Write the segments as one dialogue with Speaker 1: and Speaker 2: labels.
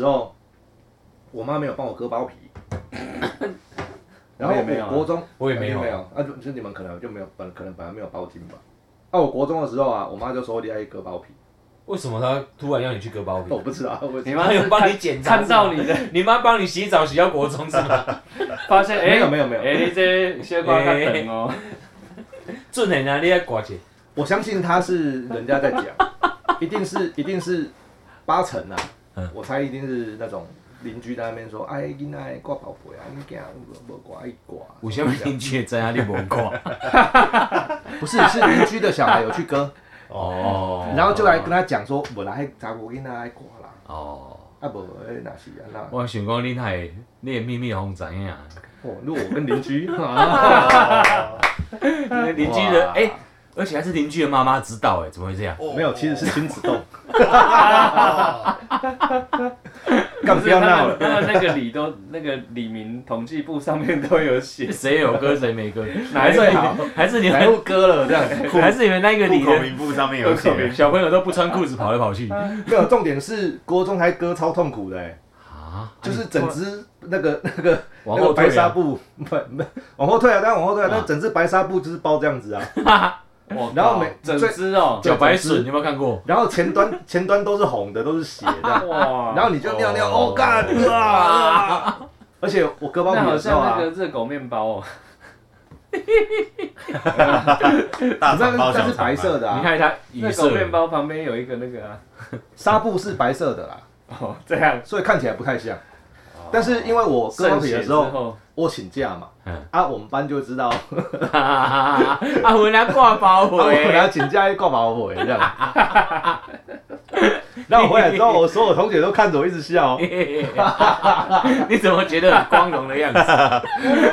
Speaker 1: 时候，我妈没有帮我割包皮， 然后
Speaker 2: 我也没有啊
Speaker 1: 国中
Speaker 2: 我也没
Speaker 1: 肯
Speaker 2: 有
Speaker 1: 定没有，啊就就你们可能就没有本可能本来没有包茎吧。啊，我国中的时候啊，我妈就说你爱割包皮，
Speaker 2: 为什么他突然要你去割包皮？
Speaker 1: 我不知道 为什
Speaker 3: 你
Speaker 1: 么。
Speaker 3: 妈
Speaker 2: 他有帮你检查
Speaker 3: 看到你的，
Speaker 2: 你妈帮你洗澡洗到国中是 吗？
Speaker 3: 发现
Speaker 1: 没有
Speaker 3: 哎
Speaker 1: 没有哎没有，
Speaker 3: 哎，你这小瓜较长哦，
Speaker 2: 准很啊，你要挂起。
Speaker 1: 我相信她是人家在讲，一定是一定是八成啊
Speaker 2: 嗯，
Speaker 1: 我猜一定是那种邻居在那边说，哎，囡仔挂包皮啊，你囝无无挂一挂，
Speaker 2: 有啥物邻居会知影你无 挂？
Speaker 1: 不是是邻居的小孩有去 割，
Speaker 2: 哦
Speaker 1: 然后就来跟他讲说，本来查某囡仔爱挂啦。
Speaker 2: 哦，
Speaker 1: 啊无，诶，若是安那。
Speaker 2: 我想讲你会你的秘密互知 影。
Speaker 1: 哦，如果我跟邻 居，啊
Speaker 2: 邻居的
Speaker 1: 哇
Speaker 2: 哎，而且还是邻居的妈妈知道哎，怎么会 这样？
Speaker 1: 没有，其实是亲子 洞。
Speaker 4: 啊
Speaker 1: 干，不要闹 了。
Speaker 3: 他们那个里都那个李明统计簿上面都 有写，
Speaker 2: 谁有割谁没割？
Speaker 3: 哪
Speaker 2: 还
Speaker 3: 一
Speaker 2: 是
Speaker 3: 个
Speaker 2: 你
Speaker 3: 好
Speaker 2: 们还是你
Speaker 1: 来
Speaker 2: 们
Speaker 1: 又割了这样，
Speaker 2: 还是你们那个
Speaker 4: 户
Speaker 2: 里
Speaker 4: 口
Speaker 2: 的
Speaker 4: 名簿上面有写，
Speaker 2: 小朋友都不穿裤子跑来跑 去
Speaker 1: 没有。重点是国中还割超痛苦的、欸，
Speaker 2: 啊？
Speaker 1: 就是整只那个 那个那
Speaker 2: 往
Speaker 1: 个
Speaker 2: 后
Speaker 1: 白
Speaker 2: 退
Speaker 1: 纱
Speaker 2: 啊！
Speaker 1: 布， 不不往后退啊，当然往后退啊，
Speaker 2: 啊
Speaker 1: 但整只白纱布就是包这样子啊，
Speaker 3: 哇
Speaker 1: 然后每
Speaker 3: 整
Speaker 1: 最
Speaker 3: 只哦，
Speaker 2: 脚白
Speaker 1: 整
Speaker 2: 笋，
Speaker 1: 只
Speaker 2: 你有没有看过？
Speaker 1: 然后前 端前端都是红的，都是血这样，
Speaker 3: 哇，
Speaker 1: 然后你就尿尿，
Speaker 2: 哦
Speaker 1: 哦干啊！ 啊而且我割包皮
Speaker 3: 那好
Speaker 1: 的时候
Speaker 3: 像那
Speaker 1: 啊
Speaker 3: 个，热狗面包哦，
Speaker 4: 大
Speaker 1: 你知道
Speaker 4: 肠
Speaker 1: 那
Speaker 4: 包小
Speaker 1: 是
Speaker 4: 肠
Speaker 1: 白
Speaker 4: 嘛。
Speaker 1: 色的
Speaker 2: 你
Speaker 1: 啊，
Speaker 2: 看他
Speaker 3: 热
Speaker 2: 语
Speaker 3: 狗面
Speaker 2: 塞，
Speaker 3: 包旁边有一个那个啊，
Speaker 1: 纱布是白色的啦，
Speaker 3: 哦，这样
Speaker 1: 所以看起来不太像。但是因为我割包
Speaker 3: 渗
Speaker 1: 皮
Speaker 3: 血
Speaker 1: 的
Speaker 3: 之
Speaker 1: 时候，
Speaker 3: 后，
Speaker 1: 我请假嘛，
Speaker 2: 嗯
Speaker 1: 啊，我们班就知 道，啊，啊
Speaker 2: 啊，我来挂包
Speaker 1: 我本
Speaker 2: 回。
Speaker 1: 来请假要挂把我尾这样。 然后我回来之后，我所有同学都看着我一直笑哦，
Speaker 2: 你怎么觉得很光荣的样子？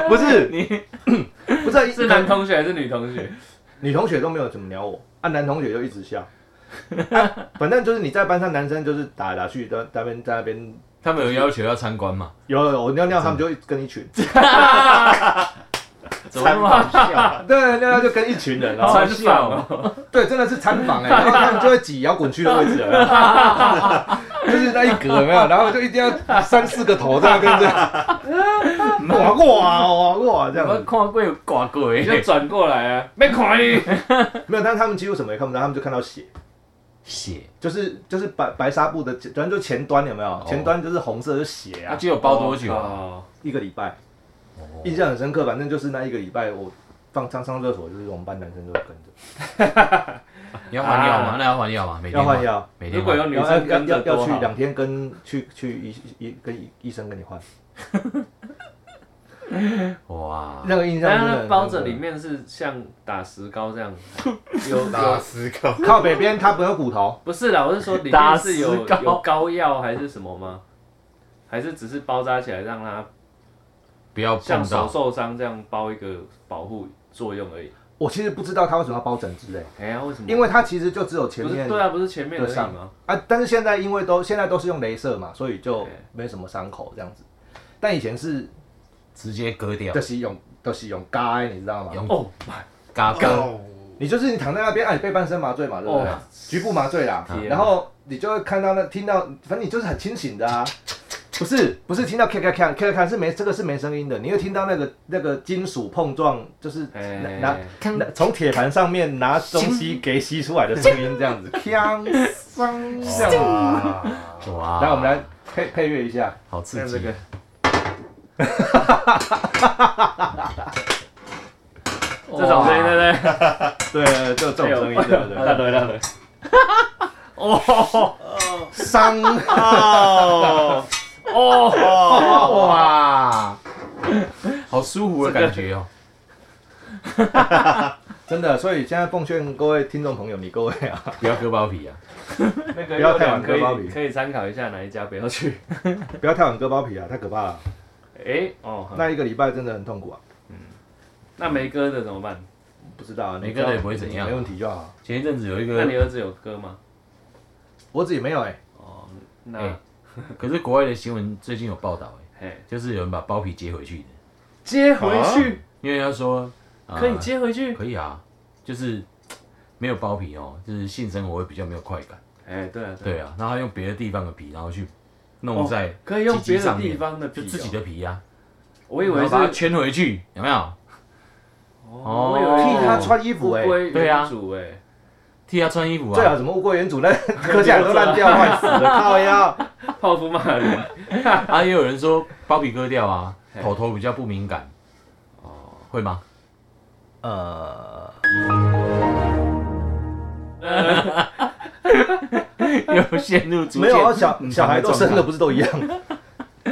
Speaker 1: 不是
Speaker 2: 你
Speaker 1: 不是
Speaker 3: 是男同学还是女同 学？
Speaker 1: 女同学都没有怎么鸟我，啊，男同学就一直笑。啊反正就是你在班上，男生就是打来打去，在在那边在那边
Speaker 2: 他们有要求要参观吗？
Speaker 1: 有有有尿尿，他们就一跟一群，
Speaker 2: 怎么那么好笑？
Speaker 1: 啊对，尿尿就跟一群人
Speaker 2: 好
Speaker 1: 哦，
Speaker 2: 参访
Speaker 3: 哦，
Speaker 1: 对，真的是参访哎， 然后他们就会挤摇滚区的位置了， 就是那一格有没有？然后就一定要三四个头这样跟着， 哇哇哇哇这样
Speaker 2: 我
Speaker 1: 子，
Speaker 2: 看过有挂过
Speaker 3: 你就
Speaker 2: 诶，
Speaker 3: 转过来啊，没看你，
Speaker 1: 没有，但是他们几乎什么也看不到，他们就看到血，
Speaker 2: 血
Speaker 1: 就是就是白白纱布的前，反正就前端有没有？前端就是红色的血
Speaker 2: 啊，哦
Speaker 1: 啊，
Speaker 2: 就有包多久啊？
Speaker 3: 哦
Speaker 1: 一个礼拜，印象很深刻，反正就是那一个礼拜我放上上厕所，就是我们班男生就跟着
Speaker 2: 你要换药吗？那要换药吗？每
Speaker 1: 要
Speaker 2: 天
Speaker 1: 换，药，
Speaker 2: 每天
Speaker 3: 如果有
Speaker 2: 换。
Speaker 3: 女
Speaker 1: 啊要要
Speaker 3: 生
Speaker 1: 要
Speaker 3: 跟着
Speaker 1: 要要
Speaker 3: 多
Speaker 1: 去
Speaker 3: 好，
Speaker 1: 两天跟去去医医跟医医生跟你换。
Speaker 3: 啊
Speaker 2: 哇，
Speaker 1: 那个印象
Speaker 3: 然
Speaker 1: 真
Speaker 3: 后
Speaker 1: 的
Speaker 3: 那
Speaker 1: 很
Speaker 3: 包着
Speaker 1: 深刻
Speaker 3: 里面是像打石膏这样，有
Speaker 4: 打
Speaker 3: 有
Speaker 4: 石膏，
Speaker 1: 靠北边它没有骨头，
Speaker 3: 不是啦，我是说里
Speaker 2: 打
Speaker 3: 面是有
Speaker 2: 石膏
Speaker 3: 有膏药还是什么吗？还是只是包扎起来让它
Speaker 2: 不要
Speaker 3: 像
Speaker 2: 碰
Speaker 3: 手
Speaker 2: 到。
Speaker 3: 受伤这样包一个保护作用而已？
Speaker 1: 我其实不知道它为什么要包整只哎，
Speaker 3: 哎呀，为什么？
Speaker 1: 因为它其实就只有前
Speaker 3: 不
Speaker 1: 面
Speaker 3: 是对啊，不是前面而已吗？
Speaker 1: 啊，但是现在因为都现在都是用镭射嘛，所以就
Speaker 3: 对
Speaker 1: 没什么伤口这样子。但以前是
Speaker 2: 直接割掉
Speaker 1: 都，是用都是用嘎，你知道吗？
Speaker 2: 用
Speaker 3: 哦，
Speaker 2: 嘎割，
Speaker 4: 哦
Speaker 1: 你就是你躺在那边，啊，你被半身麻醉嘛，对不对
Speaker 3: 哦？
Speaker 1: 局部麻醉啦
Speaker 3: 天，啊
Speaker 1: 然后你就会看到那听到，反正你就是很清醒的啊。不是不是听到咔咔咔咔咔是没这个是没声音的，你会听到那个那个金属碰撞，就是拿
Speaker 3: 哎，
Speaker 1: 拿那从铁盘上面拿东西给吸出来的声音，这样子， 锵声这样子。
Speaker 4: 哇
Speaker 2: 哇！
Speaker 1: 来，我们来配配乐一下。
Speaker 2: 好刺
Speaker 3: 像这
Speaker 2: 激
Speaker 3: 个，
Speaker 2: 这
Speaker 3: 这种声音对不对？
Speaker 1: 对，就这种声音，对不 对？
Speaker 3: 对对对，
Speaker 1: 伤
Speaker 4: 哦
Speaker 3: 哦，
Speaker 4: 哦，
Speaker 2: 哇，好舒服的感觉哦。
Speaker 1: 真的，所以现在奉劝各位听众朋友，你各位 啊，
Speaker 2: 不要割包皮啊！
Speaker 3: 那个
Speaker 1: 不要太晚
Speaker 3: 优良可
Speaker 1: 割包皮
Speaker 3: 以可以参考一下哪一家不要去。
Speaker 1: 不要太晚割包皮啊，太可怕了。
Speaker 3: 哎，哦，那
Speaker 1: 那一个礼拜真的很痛苦啊，
Speaker 3: 那没割的怎么办？
Speaker 1: 不知道啊，
Speaker 2: 每
Speaker 1: 你
Speaker 2: 个人也不会怎样
Speaker 1: 没问题就好。
Speaker 2: 前一阵子有一
Speaker 3: 那你
Speaker 2: 个，
Speaker 3: 儿子有割吗？
Speaker 1: 我自己没有哎，
Speaker 3: 哦，那
Speaker 2: 哎可是国外的新闻最近有报道，哎，
Speaker 3: 嘿，
Speaker 2: 就是有人把包皮接回去的，
Speaker 3: 接回去
Speaker 2: 因为他说、呃
Speaker 3: 可以，接回去。
Speaker 2: 可以啊，就是嘖没有包皮哦，就是性生活会比较没有快感。
Speaker 3: 哎，对啊，啊哦
Speaker 2: 对啊，然后他用别的地方的皮，然后去弄在
Speaker 3: 可以用
Speaker 2: 鸡鸡
Speaker 3: 别的
Speaker 2: 上
Speaker 3: 地
Speaker 2: 面，
Speaker 3: 方的皮、
Speaker 2: 就
Speaker 3: 哦，
Speaker 2: 自己的皮呀，
Speaker 3: 我以为
Speaker 2: 然
Speaker 3: 是
Speaker 2: 后把它圈回去，有没有？
Speaker 3: 哦，我以为
Speaker 1: 替
Speaker 3: 是
Speaker 1: 他穿衣服
Speaker 3: 乌
Speaker 1: 哎，
Speaker 3: 龟
Speaker 2: 对啊
Speaker 3: 原主哎，
Speaker 2: 替他穿衣服
Speaker 1: 最
Speaker 2: 啊，
Speaker 1: 好什么乌龟原主 那割下来都烂掉，坏死 了，靠腰。
Speaker 3: 泡芙马林
Speaker 2: 啊，也有人说包皮割掉啊
Speaker 3: 嘿，
Speaker 2: 头头比较不敏感，
Speaker 3: 哦，
Speaker 2: 会吗？
Speaker 1: 呃，
Speaker 2: 又陷入逐渐
Speaker 1: 没有啊，小
Speaker 2: 隐
Speaker 1: 小
Speaker 2: 藏
Speaker 1: 孩
Speaker 2: 的
Speaker 1: 都生
Speaker 2: 状
Speaker 1: 的
Speaker 2: 态
Speaker 1: 不是都一 样？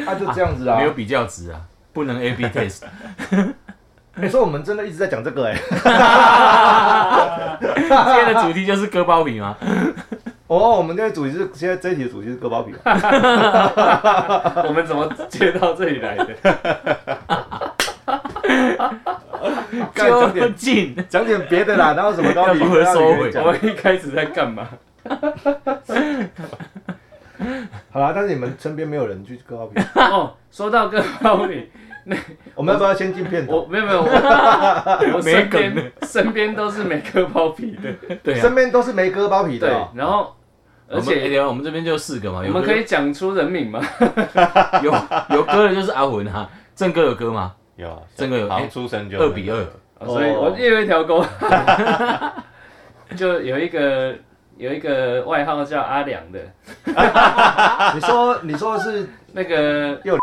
Speaker 1: 他就这样子啊
Speaker 2: 没。有比较值啊，不能 A B test，
Speaker 1: 你欸说我们真的一直在讲这个哎，
Speaker 2: 今天的主题就是割包皮吗？
Speaker 1: 哦，我们这个主题是现在这一题的主题是割包皮嘛，
Speaker 3: 我们怎么接到这里来 的？
Speaker 1: 干讲
Speaker 2: 就
Speaker 1: 点
Speaker 2: 近
Speaker 1: 讲点别的啦，然后什 么道理
Speaker 2: 要如何收尾
Speaker 1: 讲
Speaker 3: 我们一开始在干嘛？
Speaker 1: 好啦，但是你们身边没有人去割包皮，
Speaker 3: 哦，说到跟包皮，
Speaker 1: 我们要不要先进片
Speaker 3: 我
Speaker 1: 头？
Speaker 3: 没有没有，我 我
Speaker 2: 没
Speaker 3: 身
Speaker 2: 梗
Speaker 3: 边身边都是没割包皮的，
Speaker 2: 对啊
Speaker 1: 身，边都是没割包皮
Speaker 3: 对
Speaker 1: 的哦，，
Speaker 3: 然后而
Speaker 2: 我们哎等一
Speaker 3: 且
Speaker 2: 下我们这边就四个嘛，
Speaker 3: 我
Speaker 2: 有
Speaker 3: 们哦
Speaker 2: 割
Speaker 3: 可以讲出人名吗？
Speaker 2: 有有割的就是阿文啊，正哥有割吗？
Speaker 4: 有啊
Speaker 2: 这个有
Speaker 4: 好像出生就
Speaker 2: 二比二
Speaker 3: 哦所以我因为一条狗， 就有一个有一个外号叫阿良的，
Speaker 1: 你说你说是
Speaker 3: 那个
Speaker 1: 又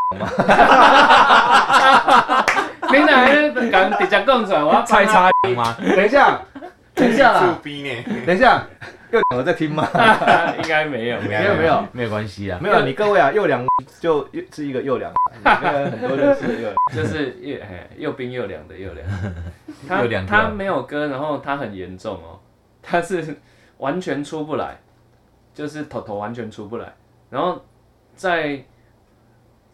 Speaker 3: 吗？ 你哪来敢直接讲出来？我 要
Speaker 2: 蔡
Speaker 3: 猜
Speaker 2: 差良吗？
Speaker 1: 等一下， 等一下
Speaker 4: 那个，
Speaker 1: 啦
Speaker 4: 猪，逼呢？
Speaker 1: 等一下，又两个在听吗？
Speaker 3: 他，应该没有。
Speaker 1: 没有没有
Speaker 2: 哎没有关系啊，
Speaker 1: 没有，你各位啊，右良就是一个右良，那个很多人是右良，
Speaker 3: 就是又嘿又冰又凉的又 凉，
Speaker 2: 又凉
Speaker 3: 他
Speaker 2: 掉
Speaker 3: 没有割，然后他很严重哦，他是完全出不来，就是头头完全出不来。然后在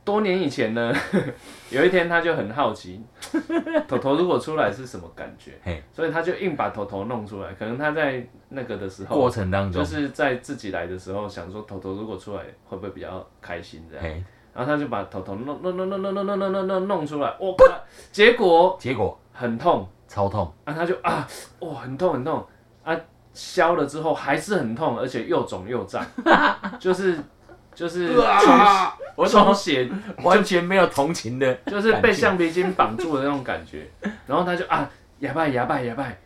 Speaker 3: 多年以前呢， 有一天他就很好奇， 头头如果出来是什么感觉
Speaker 2: 嘿，
Speaker 3: 所以他就硬把头头弄出来。可能他在那个的时
Speaker 2: 过
Speaker 3: 候，
Speaker 2: 程当
Speaker 3: 就
Speaker 2: 中，
Speaker 3: 是在自己来的时候想说头头如果出来会不会比较开心这样。
Speaker 2: 哎，
Speaker 3: 然后他就把头头弄弄弄弄弄弄弄弄弄弄弄出来，我靠！结果
Speaker 2: 结果
Speaker 3: 很痛，
Speaker 2: 超痛，
Speaker 3: 啊，他就啊，哇，很痛很痛啊，消了之后还是很痛，而且又肿又胀， 就是就是
Speaker 2: 我
Speaker 3: 充
Speaker 2: 从
Speaker 3: 血，
Speaker 2: 完全没有同情的，
Speaker 3: 就是被橡皮筋绑住的那种感觉。然后他就啊，牙拜牙拜牙拜，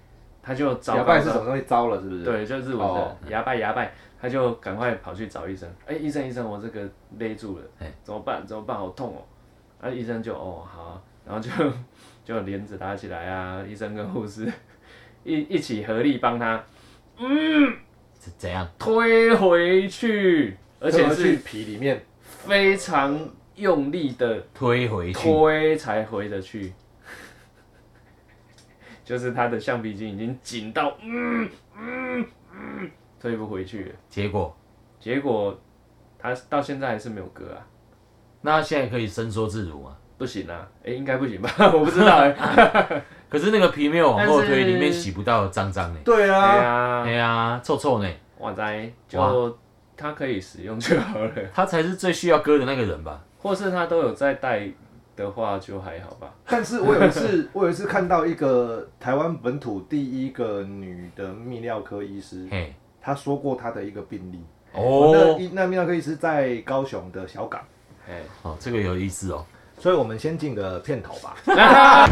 Speaker 3: 他就找
Speaker 1: 哑巴是什么东西糟了是不是？，
Speaker 3: 对，就是我
Speaker 1: 哦
Speaker 3: 的牙拜牙拜，他就赶快跑去找医生。哎、医生医生，我这个勒住了
Speaker 2: 哎，
Speaker 3: 怎么办？怎么办？好痛哦！啊，医生就哦好啊、然后就就帘子拉起来啊，医生跟护士一一起合力帮他
Speaker 2: 是怎样？
Speaker 3: 推回去，而且
Speaker 1: 去
Speaker 3: 是
Speaker 1: 皮里面，
Speaker 3: 非常用力的
Speaker 2: 推回去，
Speaker 3: 推才回得去。 就是他的橡皮筋已经紧到，嗯嗯嗯，推不回去了。
Speaker 2: 结果
Speaker 3: 结果他到现在还是没有割啊，
Speaker 2: 那他现在可以伸缩自如嘛？
Speaker 3: 不行啊，哎、应该不行吧？ 我不知道、欸。
Speaker 2: 可是那个皮没有往后
Speaker 3: 但
Speaker 2: 推，
Speaker 3: 是
Speaker 2: 里面洗不到脏脏呢。
Speaker 1: 对
Speaker 3: 哎
Speaker 1: 啊，
Speaker 2: 哎
Speaker 3: 呀，
Speaker 2: 呀，臭臭呢，
Speaker 3: 我在
Speaker 2: 哇
Speaker 3: 就他可以使用就好了，
Speaker 2: 他才是最需要割的那个人吧？
Speaker 3: 或是他都有在戴的话就还好吧。
Speaker 1: 但是我有一次， 我有一次看到一个台湾本土第一个女的泌尿科医师，
Speaker 2: 嘿，
Speaker 1: 她说过她的一个病例。那
Speaker 2: 哦，
Speaker 1: 一那泌尿科医师在高雄的小港，
Speaker 3: 哎，
Speaker 2: 哦，这个有意思哦。
Speaker 1: 所以我们先进个片头吧。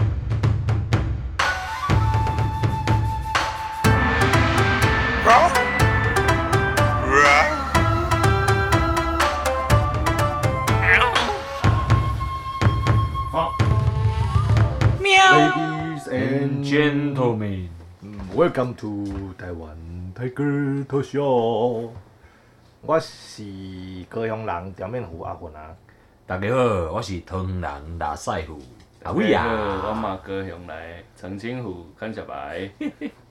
Speaker 1: Ladies and
Speaker 2: Gentlemen，
Speaker 1: Welcome to 台湾 Tiger Talk Show。我是高雄人，表面虎阿混啊。
Speaker 2: 大家好，我是汤人大师傅阿伟
Speaker 3: 那个我
Speaker 2: 啊。
Speaker 3: 马哥用来澄清湖跟小白，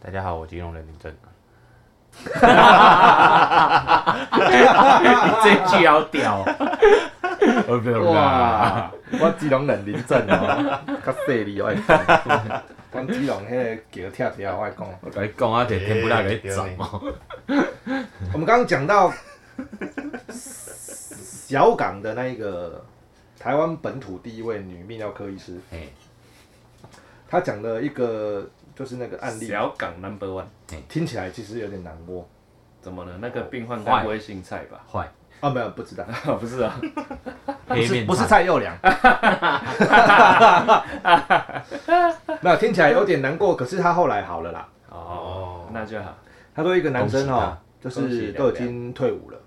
Speaker 4: 大家好，我金融人民证。
Speaker 2: 你这句好屌 哦！哇，
Speaker 1: 哇，我基隆人林正 哦，哎较细腻我爱讲。阮基隆迄个桥拆拆我爱讲。
Speaker 2: 我跟你讲啊，这天不大给你哦走嘛。
Speaker 1: 我们刚刚讲到小港的那一个台湾本土第一位女泌尿科医师，
Speaker 2: 哎，
Speaker 1: 她讲了一个就是那个案例，
Speaker 3: 小港 Number One
Speaker 1: 听起来其实有点难过。
Speaker 3: 怎么了？那个病患该不会姓蔡吧？
Speaker 2: 坏，
Speaker 1: 啊，没有不知道，
Speaker 3: 不是啊，
Speaker 1: 不
Speaker 2: 黑
Speaker 1: 是
Speaker 2: 面
Speaker 1: 不是
Speaker 2: 菜，
Speaker 1: 蔡佑 良，没有听起来有点难过，可是他后来好了啦。
Speaker 3: 哦，那就好，
Speaker 1: 他说一个男生
Speaker 2: 恭喜
Speaker 1: 哦
Speaker 2: 他，
Speaker 1: 就
Speaker 3: 恭喜
Speaker 1: 是
Speaker 3: 亮亮
Speaker 1: 都已经退伍了，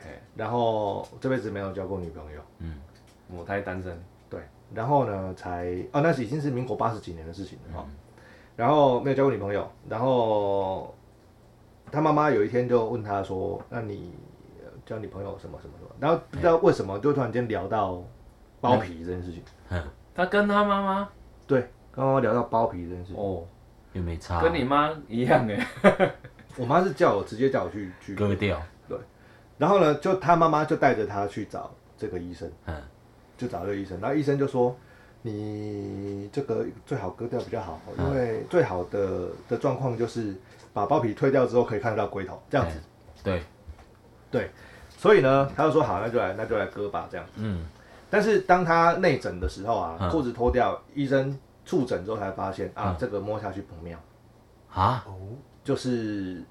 Speaker 3: 嘿，
Speaker 1: 然后这辈子没有交过女朋友，
Speaker 3: 母胎单身，
Speaker 1: 对，然后呢才哦，那是已经是民国八十几年的事情
Speaker 3: 嗯
Speaker 1: 了哈、哦然后没有交过女朋友，然后他妈妈有一天就问他说：“那你呃交女朋友什么什么什么？”然后不知道为什么就突然间聊到包皮这件事情，
Speaker 3: 他跟他妈妈
Speaker 1: 对，刚刚聊到包皮这件事情，
Speaker 3: 哦，
Speaker 2: 又没差，
Speaker 3: 跟你妈一样哎，
Speaker 1: 我妈是叫我直接叫我去去
Speaker 2: 割掉，
Speaker 1: 然后呢，就他妈妈就带着他去找这个医生，
Speaker 2: 嗯
Speaker 1: 就找这个医生，然后医生就说，你这个最好割掉比较好，因为
Speaker 2: 嗯
Speaker 1: 最好的的状况就是把包皮退掉之后可以看得到龟头这样子，
Speaker 2: 对，
Speaker 1: 所以呢，他就说好，那就来那就来割吧这样。
Speaker 2: 嗯，
Speaker 1: 但是当他内诊的时候啊，
Speaker 2: 嗯
Speaker 1: 裤子脱掉，医生触诊之后才发现啊，这个摸下去不妙，
Speaker 2: 啊
Speaker 1: 就是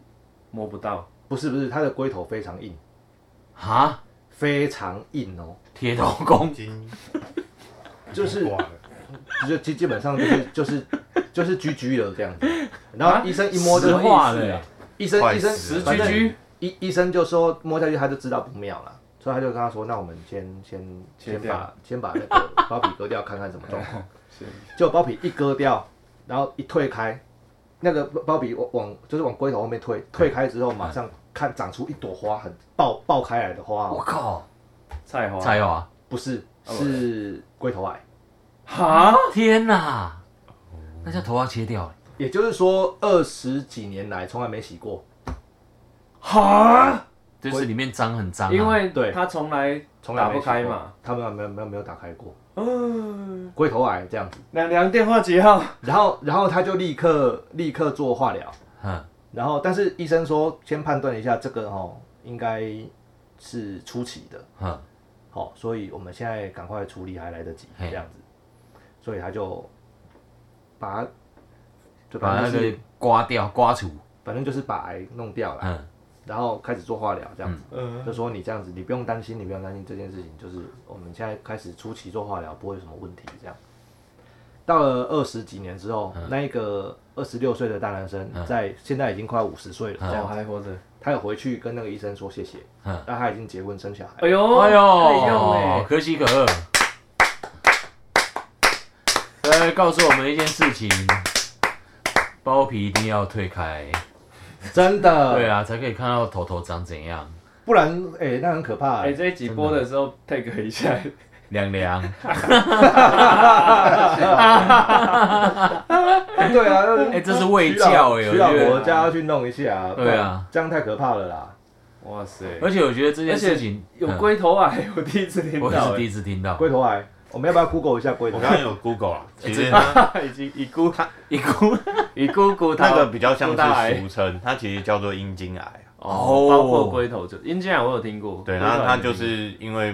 Speaker 3: 摸不到，
Speaker 1: 不是不是，他的龟头非常硬，
Speaker 2: 啊，
Speaker 1: 非常硬哦，
Speaker 2: 铁头功
Speaker 4: 已，经
Speaker 1: 就是
Speaker 4: 挂了，
Speaker 1: 就基基本上就是就是就是居居了这样子，然
Speaker 3: 啊
Speaker 1: 后医生一摸就
Speaker 2: 石
Speaker 1: 说
Speaker 2: 化
Speaker 3: 意思啊
Speaker 1: 医生
Speaker 2: 了，
Speaker 1: 医生
Speaker 4: 快死了
Speaker 1: 反
Speaker 3: 居
Speaker 1: 正
Speaker 3: 居
Speaker 1: 医医生就说摸下去他就知道不妙了，所以他就跟他说，那我们先先
Speaker 3: 切
Speaker 1: 先
Speaker 3: 掉哦
Speaker 1: 把先把那个包皮割掉，看看什么状况。结果包皮一割掉，然后一退开，那个包皮往往就是往龟头后面退，退开之后马上看长出一朵花，很爆爆开来的花
Speaker 2: 我
Speaker 1: 哦，
Speaker 2: 靠，
Speaker 3: 菜花，
Speaker 2: 才有啊，
Speaker 1: 不是
Speaker 3: 哦
Speaker 1: 是龟头癌。
Speaker 3: 哈，
Speaker 2: 天哪，那叫头要切掉，欸
Speaker 1: 也就是说，二十几年来从来没洗过，
Speaker 2: 就是里面脏很脏啊，
Speaker 3: 因为
Speaker 1: 对
Speaker 3: 他从来
Speaker 1: 从来
Speaker 3: 打
Speaker 1: 没
Speaker 3: 不开
Speaker 1: 洗过
Speaker 3: 嘛，，
Speaker 1: 他们没有没有没有打开过，
Speaker 3: 嗯，
Speaker 1: 龟头癌这样子。
Speaker 3: 两两电话几号？
Speaker 1: 然后然后他就立刻立刻做化疗，
Speaker 2: 哼，
Speaker 1: 然后但是医生说先判断一下这个哦，应该是初期的，
Speaker 2: 哼，
Speaker 1: 好、所以我们现在赶快处理还来得及
Speaker 2: 嘿
Speaker 1: 这样子，所以他就把它就
Speaker 2: 把
Speaker 1: 反
Speaker 2: 那
Speaker 1: 正就是
Speaker 2: 个刮掉，刮除，
Speaker 1: 反正就是把癌弄掉了，
Speaker 2: 嗯，
Speaker 1: 然后开始做化疗这样子。
Speaker 3: 嗯，
Speaker 1: 就说你这样子，你不用担心，你不用担心这件事情，就是我们现在开始初期做化疗不会有什么问题。这样，到了二十几年之后，
Speaker 2: 嗯
Speaker 1: 那一个二十六岁的大男生，在现在已经快五十岁了，这
Speaker 3: 我
Speaker 1: 样，
Speaker 3: 还活着，
Speaker 1: 他有回去跟那个医生说谢谢，
Speaker 2: 嗯
Speaker 1: 但他已经结婚生小孩，
Speaker 3: 哎呦，可
Speaker 2: 哎
Speaker 3: 以用
Speaker 2: 呦，
Speaker 3: 哎，
Speaker 2: 可喜可贺。呃，告诉我们一件事情，包皮一定要退开，
Speaker 1: 真的，
Speaker 2: 对啊，才可以看到头头长怎样，
Speaker 1: 不然哎、那很可怕、
Speaker 3: 哎，这一集播的时候 take 一下，
Speaker 2: 凉凉。
Speaker 1: 对啊，
Speaker 2: 哎，这是卫教哎，我
Speaker 1: 需要
Speaker 2: 觉
Speaker 1: 国
Speaker 2: 得，
Speaker 1: 家去弄一下，
Speaker 2: 对啊，
Speaker 1: 这样太可怕了啦。
Speaker 3: 哇塞，
Speaker 2: 而且我觉得这件事情
Speaker 3: 有
Speaker 2: 嗯
Speaker 3: 龟头癌，我第一次听
Speaker 2: 我也
Speaker 3: 到哎
Speaker 2: 是，第一次听到，
Speaker 1: 龟头癌，我们要不要 Google 一下龟头
Speaker 4: 我刚
Speaker 1: 癌？
Speaker 4: 刚有 Google 啊，其实它
Speaker 3: 已经已估已估已估估它
Speaker 4: 那个比较像
Speaker 3: 大癌
Speaker 4: 是俗称，它其实叫做阴茎癌。
Speaker 3: 哦，
Speaker 2: 哦
Speaker 3: 包括龟头就阴茎癌我有听过，
Speaker 4: 对，
Speaker 3: 龟头啊
Speaker 4: 然
Speaker 3: 癌
Speaker 4: 后它就是因为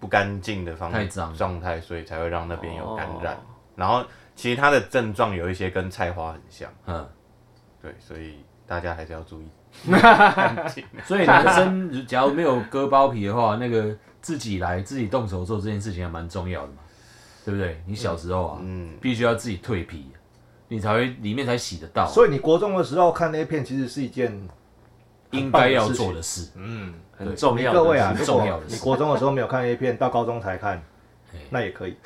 Speaker 4: 不干净的方
Speaker 2: 太脏了
Speaker 4: 状态，所以才会让那边有感
Speaker 3: 哦
Speaker 4: 染。然后其实它的症状有一些跟菜花很像，
Speaker 2: 嗯，
Speaker 4: 对，所以大家还是要注意。
Speaker 2: 所以男生假如没有割包皮的话，那个自己来自己动手做这件事情还蛮重要的嘛，对不对？你小时候啊，
Speaker 4: 嗯，
Speaker 2: 必须要自己蜕皮，你才会里面才洗得到，啊
Speaker 1: 所以你国中的时候看 A 片，其实是一件
Speaker 2: 应该要做的事。
Speaker 1: 嗯。
Speaker 3: 很重要的。
Speaker 1: 各位啊，
Speaker 2: 很
Speaker 1: 如
Speaker 2: 重
Speaker 1: 果
Speaker 2: 要的
Speaker 1: 你
Speaker 2: 事
Speaker 1: 国中的时候没有看 A 片，到高中才看，那也可以。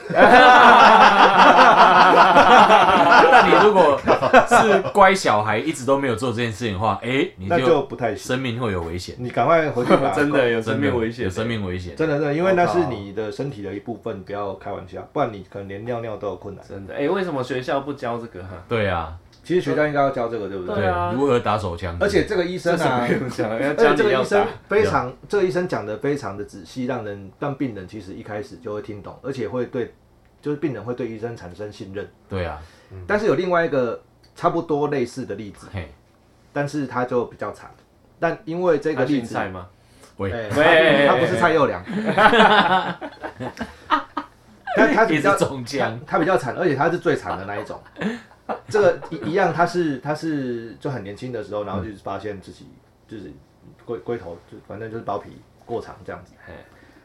Speaker 2: 但你如果是乖小孩，一直都没有做这件事情的话， 哎、你
Speaker 1: 那就
Speaker 2: 就
Speaker 1: 不太行。
Speaker 2: 生命会有危险，
Speaker 1: 你赶快回去吧
Speaker 3: 真的有生
Speaker 2: 真的
Speaker 3: 命危险
Speaker 2: 有
Speaker 3: 的，
Speaker 2: 生命危险。
Speaker 1: 真的，真的，因为那是你的身体的一部分，不要开玩笑，不然你可能连尿尿都有困难。
Speaker 3: 真的，哎，为什么学校不教这个哈？
Speaker 2: 对啊，
Speaker 1: 其实学校应该要教这个，对不对？
Speaker 3: 对啊
Speaker 2: 如何打手枪？
Speaker 1: 而且这个医生
Speaker 3: 这是
Speaker 1: 啊
Speaker 3: 不，用讲，要
Speaker 1: 而
Speaker 3: 教
Speaker 1: 且这
Speaker 3: 你
Speaker 1: 个
Speaker 3: 要
Speaker 1: 医生
Speaker 3: 打，
Speaker 1: 非常，这个医生讲的非常的仔细，让人让病人其实一开始就会听懂，而且会对，就是病人会对医生产生信任。
Speaker 2: 对啊，
Speaker 1: 但是有另外一个差不多类似的例子，
Speaker 2: 嘿，
Speaker 1: 但是他就比较惨。但因为这
Speaker 3: 这
Speaker 1: 个例子，
Speaker 3: 菜吗？
Speaker 2: 喂，
Speaker 1: 哎，他不是蔡佑良， 他 他
Speaker 2: 一
Speaker 1: 比
Speaker 2: 直
Speaker 1: 较
Speaker 2: 中枪，
Speaker 1: 他比较惨，而且他是最惨的那一种。这个一一样，他是他是就很年轻的时候，然后就是发现自己就是龟龟头，就反正就是包皮，过长这样子
Speaker 3: 嘿。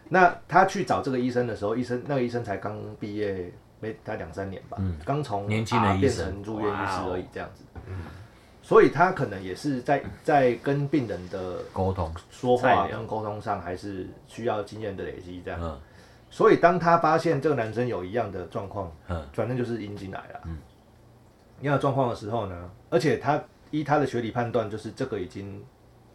Speaker 1: 那他去找这个医生的时候，医生那个医生才刚毕业没他两三年吧，刚从
Speaker 2: 嗯年轻的
Speaker 1: 啊
Speaker 2: 医
Speaker 1: 变
Speaker 2: 生
Speaker 1: 成住院医师
Speaker 3: 哇哦
Speaker 1: 而已这样子。所以他可能也是在在跟病人的
Speaker 2: 沟通，
Speaker 1: 说
Speaker 3: 菜
Speaker 1: 话
Speaker 3: 鸟
Speaker 1: 跟沟通上，还是需要经验的累积这样。
Speaker 2: 嗯
Speaker 1: 所以当他发现这个男生有一样的状况，
Speaker 2: 嗯
Speaker 1: 反正就是阴进来了，一样的状况的时候呢，而且他依他的学理判断，就是这个已经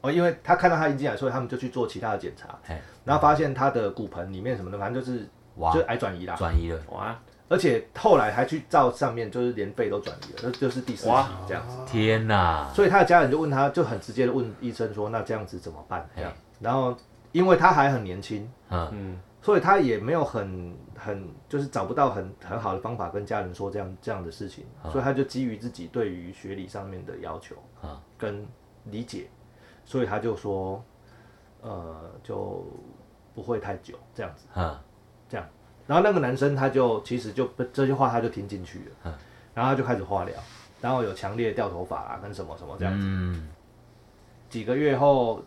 Speaker 1: 哦，因为他看到他阴进来，所以他们就去做其他的检查
Speaker 2: 嘿，
Speaker 1: 然后发现他的骨盆里面什么的，反正就是
Speaker 2: 哇
Speaker 1: 就是癌转移啦，
Speaker 2: 转移了，
Speaker 3: 哇，
Speaker 1: 而且后来还去照上面，就是连肺都转移了，这就是第四期
Speaker 3: 哇
Speaker 1: 这样子。
Speaker 2: 天哪！
Speaker 1: 所以他的家人就问他，就很直接的问医生说：“那这样子怎么办？”这样，然后因为他还很年轻，
Speaker 2: 嗯
Speaker 3: 嗯，
Speaker 1: 所以他也没有很很就是找不到很很好的方法跟家人说这样这样的事情，所以他就基于自己对于学理上面的要求
Speaker 2: 啊
Speaker 1: 跟理解，所以他就说，呃，就不会太久这样子。
Speaker 2: 嗯
Speaker 1: 然后那个男生他就其实就这句话他就听进去了，
Speaker 2: 嗯
Speaker 1: 然后他就开始化疗，然后有强烈掉头发啊跟什么什么这样子。
Speaker 2: 嗯，
Speaker 1: 几个月后，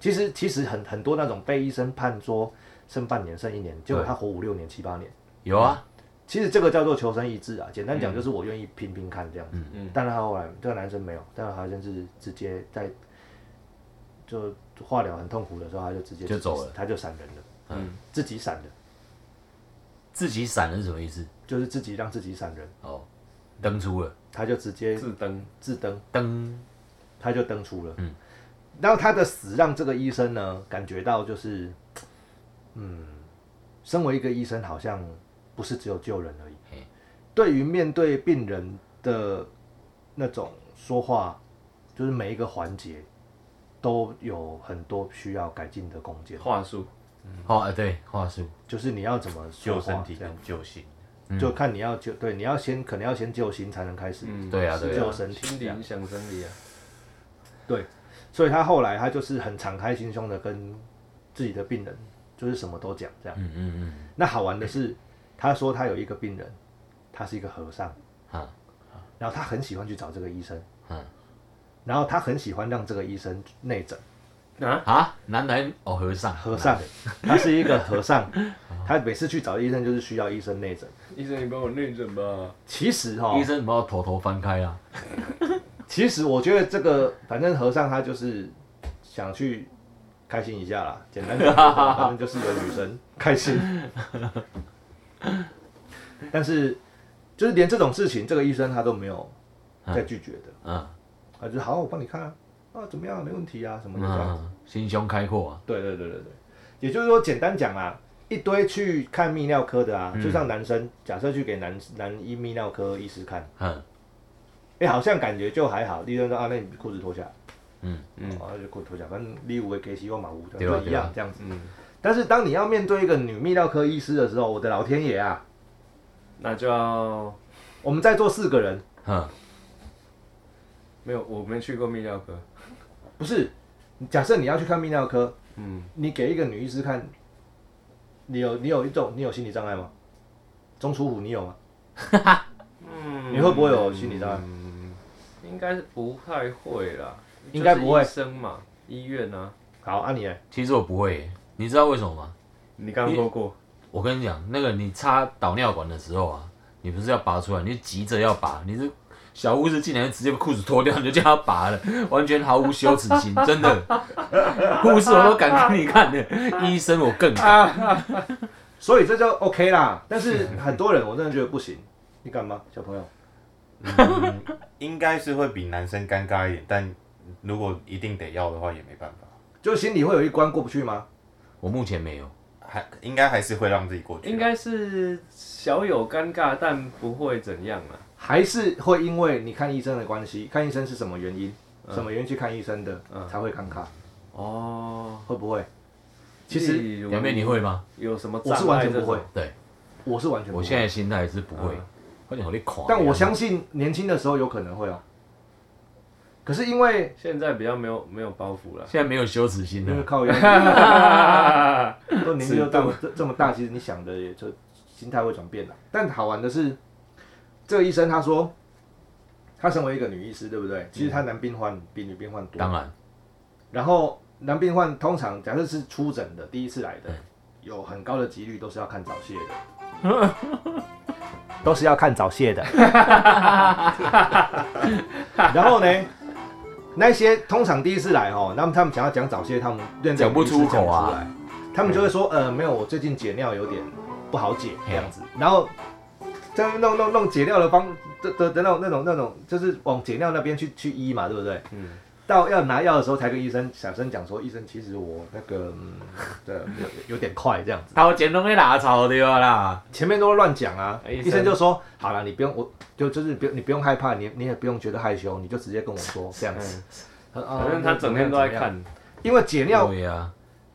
Speaker 1: 其实其实很很多那种被医生判说剩半年剩一年，结果他活五六年七八年。
Speaker 2: 有啊，
Speaker 1: 其实这个叫做求生意志啊，简单讲就是我愿意拼拼看这样子。
Speaker 3: 嗯
Speaker 1: 但是他后来这个男生没有，但是他先是直接在就化疗很痛苦的时候，他就直接
Speaker 2: 就走了
Speaker 1: 他就闪人了，
Speaker 3: 嗯，
Speaker 1: 自己闪的，
Speaker 2: 自己闪了是什么意思？
Speaker 1: 就是自己让自己闪人，
Speaker 2: 哦，登出了，
Speaker 1: 他就直接
Speaker 3: 自登，
Speaker 1: 自登，
Speaker 2: 登，
Speaker 1: 他就登出了。嗯，然后他的死让这个医生呢感觉到就是，嗯，身为一个医生，好像不是只有救人而已
Speaker 2: 嘿。
Speaker 1: 对于面对病人的那种说话，就是每一个环节都有很多需要改进的空间，
Speaker 3: 话术，
Speaker 2: 哦，哎对，话术，
Speaker 1: 就是你要怎么说
Speaker 4: 救
Speaker 1: 话
Speaker 4: 身体
Speaker 1: 这样
Speaker 4: 跟救心，
Speaker 1: 就看你要救，对，你要先可能要先救心才能开始。
Speaker 3: 嗯，
Speaker 2: 对啊
Speaker 3: 是
Speaker 2: 对
Speaker 1: 啊
Speaker 3: 啊
Speaker 1: 身体
Speaker 3: 心
Speaker 1: 这样
Speaker 3: 理影响生理啊，
Speaker 1: 对，所以他后来他就是很敞开心胸的跟自己的病人，就是什么都讲这样。
Speaker 2: 嗯嗯
Speaker 1: 那好玩的是，他说他有一个病人，他是一个和尚，
Speaker 2: 嗯，啊，
Speaker 1: 然后他很喜欢去找这个医生，
Speaker 2: 嗯，
Speaker 1: 然后他很喜欢让这个医生内诊。
Speaker 3: 啊，
Speaker 2: 啊，男男哦，和尚，
Speaker 1: 和尚，他是一个和尚，他每次去找医生就是需要医生内诊。
Speaker 3: 医生你帮我内诊吧，
Speaker 1: 其实哈、
Speaker 2: 啊医生把我头头翻开啊，
Speaker 1: 其实我觉得这个，反正和尚他就是想去开心一下啦，简单讲，反正就是有女生开心。但是就是连这种事情，这个医生他都没有在拒绝的，
Speaker 2: 嗯
Speaker 1: 他就好，我帮你看啊，啊怎么样，没问题啊，什么的这样子。
Speaker 2: 嗯，心胸开阔啊，
Speaker 1: 对对对对对，也就是说，简单讲啦，一堆去看泌尿科的啊，
Speaker 2: 嗯
Speaker 1: 就像男生，假设去给男男医泌尿科医师看，
Speaker 2: 嗯，
Speaker 1: 哎、好像感觉就还好。医生说啊，那你裤子脱下来。
Speaker 2: 嗯
Speaker 1: 嗯，然后就裤子脱下来，反正你五个给希望马五
Speaker 2: 对啊
Speaker 1: 就一
Speaker 2: 对
Speaker 1: 样
Speaker 2: 啊
Speaker 1: 这样子。
Speaker 3: 嗯，
Speaker 1: 但是当你要面对一个女泌尿科医师的时候，我的老天爷啊！
Speaker 3: 那就要
Speaker 1: 我们在座四个人，
Speaker 2: 嗯，
Speaker 3: 没有，我没去过泌尿科，
Speaker 1: 不是假设你要去看泌尿科，
Speaker 3: 嗯，
Speaker 1: 你给一个女医师看，你有你有一种你有心理障碍吗？钟楚虎你有吗？
Speaker 3: 嗯
Speaker 1: 你会不会有心理障碍？
Speaker 2: 嗯
Speaker 3: 应该是不太会啦，
Speaker 1: 应该不会
Speaker 3: 就是医生嘛，医院啊，
Speaker 1: 好，啊你嘞，
Speaker 2: 其实我不会耶，你知道为什么吗？
Speaker 3: 你刚刚说过，
Speaker 2: 我跟你讲，那个你插导尿管的时候啊，你不是要拔出来，你就急着要拔，你是小护士进来就直接把裤子脱掉，你就叫他拔了，完全毫无羞耻心，真的。 护士我都敢给你看的，医生我更敢。
Speaker 1: 所以这就 OK 啦。但是很多人我真的觉得不行， 你敢吗，小朋友？
Speaker 4: 应该是会比男生尴尬一点，但如果一定得要的话也没办法，
Speaker 1: 就心里会有一关过不去吗？
Speaker 2: 我目前没有，
Speaker 4: 还应该还是会让自己过去。啊
Speaker 3: 应该是小有尴尬，但不会怎样啊，
Speaker 1: 还是会因为你看医生的关系，看医生是什么原因，
Speaker 2: 嗯
Speaker 1: 什么原因去看医生的、才会尴尬，
Speaker 3: 哦，
Speaker 1: 会不会？其实
Speaker 3: 例如
Speaker 2: 表妹你会吗？
Speaker 3: 有什么
Speaker 1: 我是
Speaker 3: 障
Speaker 1: 完
Speaker 3: 碍
Speaker 1: 全
Speaker 3: 这
Speaker 1: 不会
Speaker 3: 种？，
Speaker 2: 对，
Speaker 1: 我是完全不
Speaker 2: 我
Speaker 1: 会。
Speaker 2: 现在心态是不会，快点我力垮。
Speaker 1: 嗯但我相信年轻的时候有可能会哦。可是因为
Speaker 3: 现在比较没有没有包袱了。
Speaker 2: 现在没有羞耻心
Speaker 1: 因为
Speaker 2: 了，
Speaker 1: 靠 腰都年纪都到这这么大，其实你想的也就心态会转变了。但好玩的是，这个医生他说，他身为一个女医师，对不对？其实他男病患比女病患多，
Speaker 2: 当然
Speaker 1: 然后男病患通常假设是出诊的第一次来的，有很高的几率都是要看早泄的， 都是要看早泄的。然后呢，那些通常第一次来哦，那么他们想要讲早泄，他们认真
Speaker 2: 讲不出
Speaker 1: 讲不
Speaker 2: 口啊
Speaker 1: 出来，他们就会说呃没有，我最近解尿有点不好解这样子，然后在那边弄弄弄解尿的方的的的那种那种那种，就是往解尿那边去去医嘛，对不对？
Speaker 3: 嗯，
Speaker 1: 到要拿药的时候才跟医生小声讲说，医生其实我那个嗯对有有点快这样子，
Speaker 2: 头前拢咧拉草对啊啦，
Speaker 1: 前面都乱讲啊，
Speaker 3: 哎医
Speaker 1: 医生
Speaker 3: 生
Speaker 1: 就说好了，你不用我就就是不用你不用害怕，你你也不用觉得害羞，你就直接跟我说这样子。他说啊
Speaker 3: 嗯反正他整天都在，看，嗯
Speaker 1: 因为解尿，
Speaker 2: 对啊，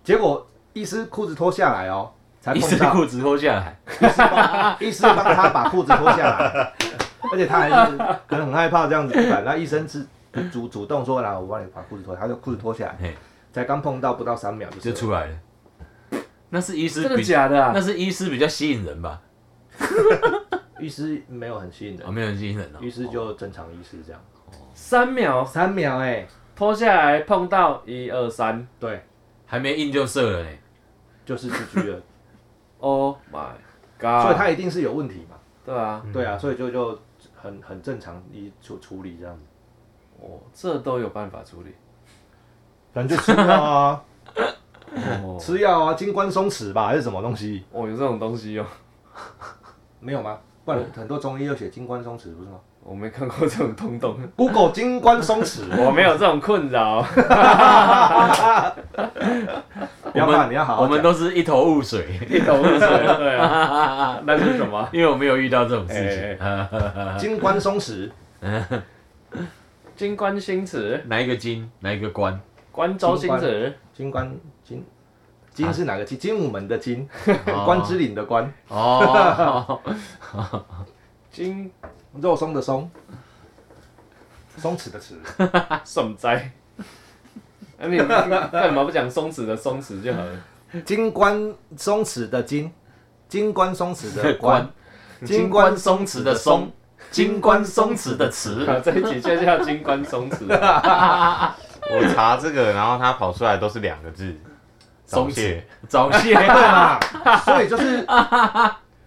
Speaker 1: 结果医师裤子脱下来哦，才
Speaker 2: 医
Speaker 1: 碰
Speaker 2: 生
Speaker 1: 到
Speaker 2: 裤子脱下来，
Speaker 1: 医师帮他把裤子脱下来， 而且他还是可能很害怕这样子不敢。那医生是主主动说来，我帮你把裤子脱，他就裤子脱下来
Speaker 2: 嘿，
Speaker 1: 才刚碰到不到三秒就
Speaker 2: 就是出来了。那是医师
Speaker 3: 真的
Speaker 2: 比，
Speaker 3: 假的啊
Speaker 2: 那？是医师比较吸引人吧？
Speaker 1: 医师没有很吸引
Speaker 2: 哦，
Speaker 1: 人，
Speaker 2: 没有人吸引人哦。
Speaker 1: 医师就正常医师这样，
Speaker 3: 三秒
Speaker 1: 三秒哎、
Speaker 3: 脱下来碰到一二三
Speaker 1: 对，
Speaker 2: 还没硬就射了呢，
Speaker 1: 就是出 去了，
Speaker 3: ，Oh my
Speaker 1: 所以
Speaker 3: God！
Speaker 1: 他一定是有问题嘛，
Speaker 3: 对啊，
Speaker 1: 对啊，所以就就很很正常一处处理这样子，
Speaker 3: 哦，这都有办法处理。
Speaker 1: 反正就吃药啊，
Speaker 3: 哦，
Speaker 1: 吃药啊，精关松弛吧还是什么东西？
Speaker 3: 哦，有这种东西哦，
Speaker 1: 没有吗？不然很多中医又写精关松弛不是吗
Speaker 3: 我没看过这种东 东，
Speaker 1: ？Google 精关松弛。
Speaker 3: 我没有这种 困扰。
Speaker 1: 不要
Speaker 2: 我
Speaker 1: 怕，
Speaker 2: 们
Speaker 1: 你要好好
Speaker 2: 我们
Speaker 1: 讲
Speaker 2: 都是一头雾水，
Speaker 3: 一头雾水，对啊，那是什 么？
Speaker 2: 因为我没有遇到这种
Speaker 3: 哎
Speaker 2: 事情。
Speaker 1: 金冠松弛，
Speaker 3: 金冠星子，
Speaker 2: 哪一个金，哪一个官？
Speaker 3: 关州星子，
Speaker 1: 金冠金金是哪个金？精武门的金，
Speaker 2: 哦
Speaker 1: 关之岭的关，
Speaker 2: 哦，
Speaker 3: 金
Speaker 1: 肉松的松，松弛的弛。
Speaker 3: 什灾？啊，你干嘛不讲松弛的松弛就好 了？
Speaker 1: 金冠松弛的金，金冠松弛的
Speaker 2: 关
Speaker 1: 关，
Speaker 2: 金冠松弛的松，金冠松弛的 弛，
Speaker 3: 好，这一集就叫金冠 松弛。
Speaker 4: 我查这个，然后它跑出来都是两个字，
Speaker 2: 松
Speaker 4: 懈
Speaker 2: 弛，早泄。
Speaker 1: 对嘛？所以就是。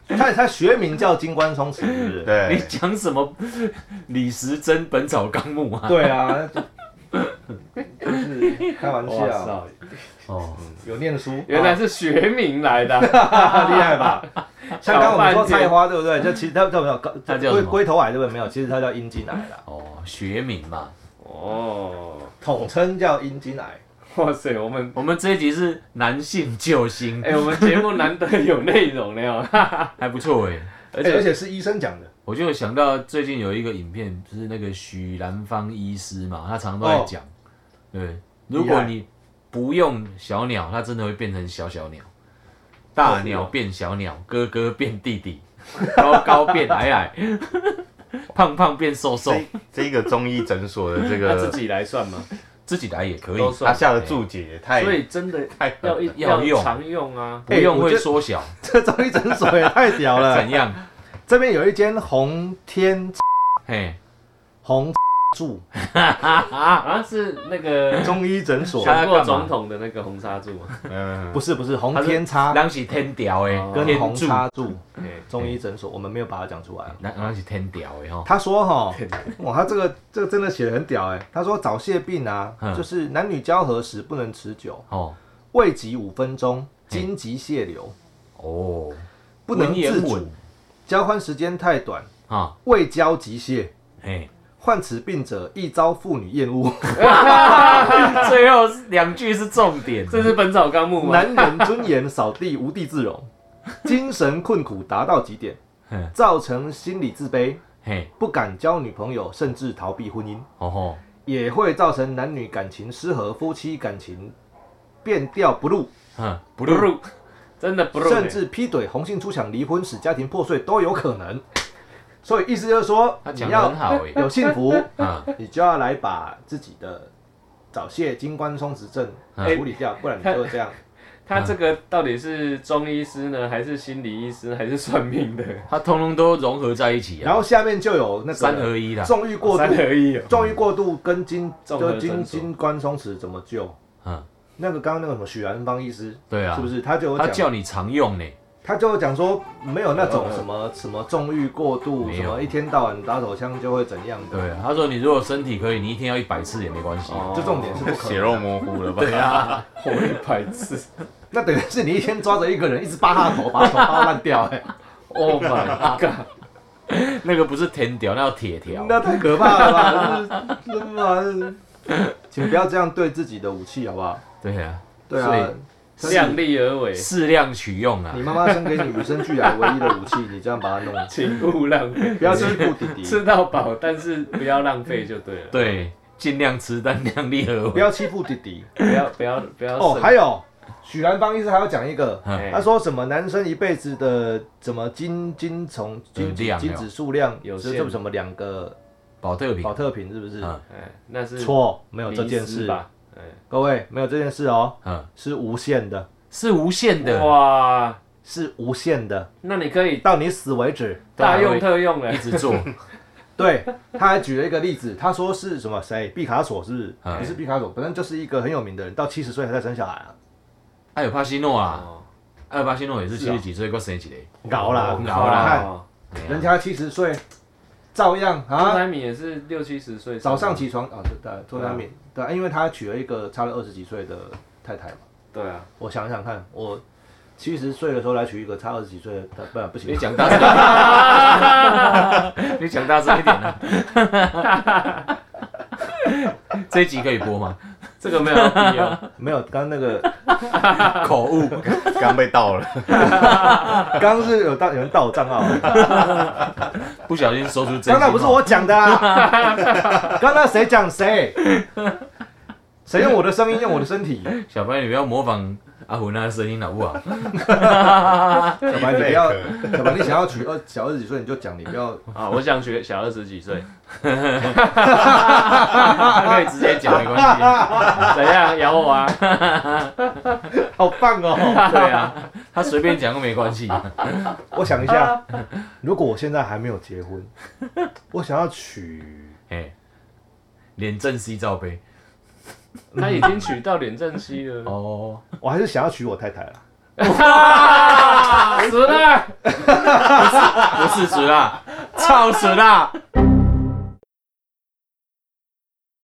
Speaker 1: 他他学名叫金冠松弛，是不是？
Speaker 2: 你
Speaker 4: 对，
Speaker 2: 讲什么？ 李时珍《本草纲目》啊？
Speaker 1: 对啊，就就是开玩
Speaker 3: 哇
Speaker 1: 笑，
Speaker 3: 塞，
Speaker 2: 哦，
Speaker 1: 有念书，
Speaker 3: 原来是学名来的啊，
Speaker 1: 厉害吧？ 像刚刚我们说菜花，对不对？就其实它叫没有，
Speaker 2: 它叫什
Speaker 1: 龟
Speaker 2: 么
Speaker 1: 龟头癌，对不对？没有，其实它叫阴茎 癌啦，
Speaker 2: 哦，学名嘛。
Speaker 3: 哦。
Speaker 1: 统称叫阴茎癌。
Speaker 3: 哇塞，我们
Speaker 2: 我们这一集是男性救 星
Speaker 3: 哎、，我们节目难得有内容了哦，
Speaker 2: 还不错哎。
Speaker 1: 而
Speaker 3: 且
Speaker 1: 且而且是医生讲的，
Speaker 2: 我就想到最近有一个影片，就是那个许兰芳医师嘛，他常常都在讲，对，如果你不用小鸟，它真的会变成小小鸟，大鸟变小鸟，哥哥变弟弟， 高高变矮 矮，胖胖变瘦瘦，
Speaker 4: 这这个中医诊所的这
Speaker 3: 他自
Speaker 4: 个
Speaker 3: 己来算嘛，
Speaker 2: 自己来也可以，
Speaker 3: 都算
Speaker 4: 他。下的注解也太
Speaker 3: 所以真的
Speaker 4: 太狠
Speaker 3: 要一
Speaker 2: 要用
Speaker 3: 常用啊，
Speaker 2: 不用
Speaker 1: 哎我
Speaker 2: 会
Speaker 1: 觉得
Speaker 2: 缩小，
Speaker 1: 这中医诊所也太屌了
Speaker 2: 怎。样？
Speaker 1: 这边有一间红天
Speaker 2: 嘿，
Speaker 1: 红柱
Speaker 3: 啊是那个
Speaker 1: 中医诊 所，
Speaker 3: 选过总统的那个红纱柱嘛，
Speaker 4: 嗯
Speaker 1: 不是不是红
Speaker 2: 它是
Speaker 1: 天叉
Speaker 2: 那是天屌诶，
Speaker 1: 跟红
Speaker 2: 天柱，
Speaker 1: 叉柱嗯
Speaker 3: 哎
Speaker 1: 中医诊所，我们没有把它讲出来。啊
Speaker 2: 那那是天屌诶吼，
Speaker 1: 他说 哈，哇，他这个这个真的写的很屌哎。他说早泄病啊，
Speaker 2: 嗯
Speaker 1: 就是男女交合时不能持久，
Speaker 2: 哦
Speaker 1: 未及五分钟，经即泄流，
Speaker 2: 哦，
Speaker 1: 不能
Speaker 2: 文言
Speaker 1: 自主
Speaker 2: 文。
Speaker 1: 交欢时间太短，
Speaker 2: 啊，
Speaker 1: 未交即泄，
Speaker 2: 嘿。
Speaker 1: 患此病者易遭妇女厌 恶，
Speaker 2: 最后两句是重点，
Speaker 3: 这是《本草纲目》吗？
Speaker 1: 男人尊严扫地，无地自 容，精神困苦达到极点
Speaker 2: 嗯，
Speaker 1: 造成心理自卑，
Speaker 2: 嘿，
Speaker 1: 不敢交女朋友，甚至逃避婚姻，
Speaker 2: 哦吼，
Speaker 1: 也会造成男女感情失和，夫妻感情变调不入，
Speaker 2: 嗯，不
Speaker 3: 不
Speaker 2: 入，
Speaker 3: 入，真的不入呢，
Speaker 1: 甚至劈腿、红杏出墙、离婚使家庭破碎都有可能。所以意思就是说，
Speaker 2: 他
Speaker 1: 你
Speaker 2: 讲的
Speaker 1: 要
Speaker 2: 很好欸诶，
Speaker 1: 有幸 福，
Speaker 2: 啊，
Speaker 1: 你就要来把自己的早泄、精冠松弛症
Speaker 2: 嗯
Speaker 1: 处理掉，不然你就会这样。
Speaker 3: 他这个到底是中医师呢，还是心理医师，还是算命的？
Speaker 2: 他通通都融合在一起
Speaker 1: 然
Speaker 2: 啊，
Speaker 1: 后下面就有那
Speaker 2: 三
Speaker 1: 个
Speaker 2: 合一啦，啊
Speaker 1: 纵欲过度
Speaker 3: 三，合一哦，
Speaker 1: 纵欲过度跟筋
Speaker 3: 综合
Speaker 1: 就筋
Speaker 3: 诊所
Speaker 1: 筋冠松弛怎么救？
Speaker 2: 嗯，
Speaker 1: 那个刚刚那个什么许兰芳医师，
Speaker 2: 对啊
Speaker 1: 是不是他就有
Speaker 2: 他
Speaker 1: 讲，
Speaker 2: 叫你常用呢，
Speaker 1: 他就有讲说没有那种什么什么纵欲过度，
Speaker 2: 没
Speaker 1: 什
Speaker 2: 有
Speaker 1: 么一天到晚打手枪就会怎样的，
Speaker 2: 对啊，他说你如果身体可以，你一天要一百次也没关系。
Speaker 1: 这重点是不可
Speaker 5: 血
Speaker 1: 能。
Speaker 5: 肉模糊了吧？
Speaker 2: 对啊，
Speaker 3: 活一百次
Speaker 1: 那等于是你一天抓着一个人，一直扒他的头，把他头扒烂掉、哎，
Speaker 3: ，Oh my god！
Speaker 2: 那个不是天条，那叫铁条。
Speaker 1: 那太可怕了吧？ 这是这是请不要这样对自己的武器，好不好？
Speaker 2: 对啊，
Speaker 1: 对
Speaker 2: 所
Speaker 1: 啊
Speaker 2: 以，
Speaker 3: 量力而为，
Speaker 2: 适量取用啊
Speaker 1: 你。妈妈生给你与生俱来唯一的武器，你这样把它弄，
Speaker 3: 请勿浪费，
Speaker 1: 不要欺负弟弟，
Speaker 3: 吃到饱，但是不要浪费就对了。
Speaker 2: 对，尽量吃，但量力而
Speaker 1: 不
Speaker 2: 为。
Speaker 1: 要欺负弟弟。
Speaker 3: 不要不要不要
Speaker 1: 哦，
Speaker 3: 省
Speaker 1: 还有许兰芳医师还要讲一个，
Speaker 3: 哎
Speaker 1: 他说什么男生一辈子的什么精精虫精
Speaker 2: 呃量
Speaker 1: 精子数量
Speaker 3: 有
Speaker 1: 是
Speaker 3: 限
Speaker 1: 这什么两个
Speaker 2: 保特瓶
Speaker 1: 保，特瓶是不是？
Speaker 2: 嗯
Speaker 3: 哎，那是
Speaker 1: 错，没有
Speaker 3: 迷
Speaker 1: 这件
Speaker 3: 失
Speaker 1: 事，
Speaker 3: 吧？哎
Speaker 1: 各位没有这件事哦，
Speaker 2: 嗯，
Speaker 1: 是无限的，
Speaker 2: 是无限的，
Speaker 3: 哇，
Speaker 1: 是无限的，
Speaker 3: 那你可以
Speaker 1: 到你死为止。
Speaker 3: 大用特用哎
Speaker 2: 一，直 做。
Speaker 1: 对，他还举了一个例子，他说是什么谁？毕卡索是不是？
Speaker 2: 嗯
Speaker 1: 不是毕卡索，反正就是一个很有名的人，到七十岁还在生小孩啊，
Speaker 2: 艾尔帕西诺啊，
Speaker 3: 哦
Speaker 2: 艾尔帕西诺也是
Speaker 1: 是
Speaker 2: 七
Speaker 1: 啊
Speaker 2: 十几岁过生几嘞？
Speaker 1: 搞啦，
Speaker 2: 搞啦
Speaker 1: 你看
Speaker 3: 哦
Speaker 1: 人家七十岁，照样
Speaker 3: 郭
Speaker 1: 啊，
Speaker 3: 台铭也是六七十岁，
Speaker 1: 早上起床啊，对，做难免对啊，因为他娶了一个差了二十几岁的太太嘛。
Speaker 3: 对啊，
Speaker 1: 我想想看，我七十岁的时候来娶一个差二十几岁的，不不行啊
Speaker 2: 你，讲 大声，你讲大声一点啊！这一集可以播吗？
Speaker 3: 这个没有要逼哦，
Speaker 1: 没有，刚刚那个
Speaker 2: 口误，
Speaker 4: 刚被盗了，
Speaker 1: 刚刚是有盗有人盗我账号，
Speaker 2: 不小心说出真心
Speaker 1: 刚
Speaker 2: 话
Speaker 1: 那不是我讲的啊， 刚那谁讲谁？谁用我的声音用我的身体？
Speaker 2: 小朋友，你不要模仿阿虎那个声音好不好？
Speaker 1: 小白你不要，小白你想要娶二小二十几岁你就讲，你不 要
Speaker 3: 啊，我想学小二十几岁，
Speaker 2: 可以直接讲，没关系。
Speaker 3: 怎样咬我啊？
Speaker 1: 好棒哦！
Speaker 2: 对啊，他随便讲都没关系。
Speaker 1: 我想一下，
Speaker 2: 啊
Speaker 1: 如果我现在还没有结婚，我想要娶
Speaker 2: 哎，脸正 C 罩杯
Speaker 3: 他已经娶到脸正熙 了，
Speaker 2: 哦，
Speaker 1: 我还是想要娶我太太啦。
Speaker 3: 死了，
Speaker 2: 不是准啦，操准啦，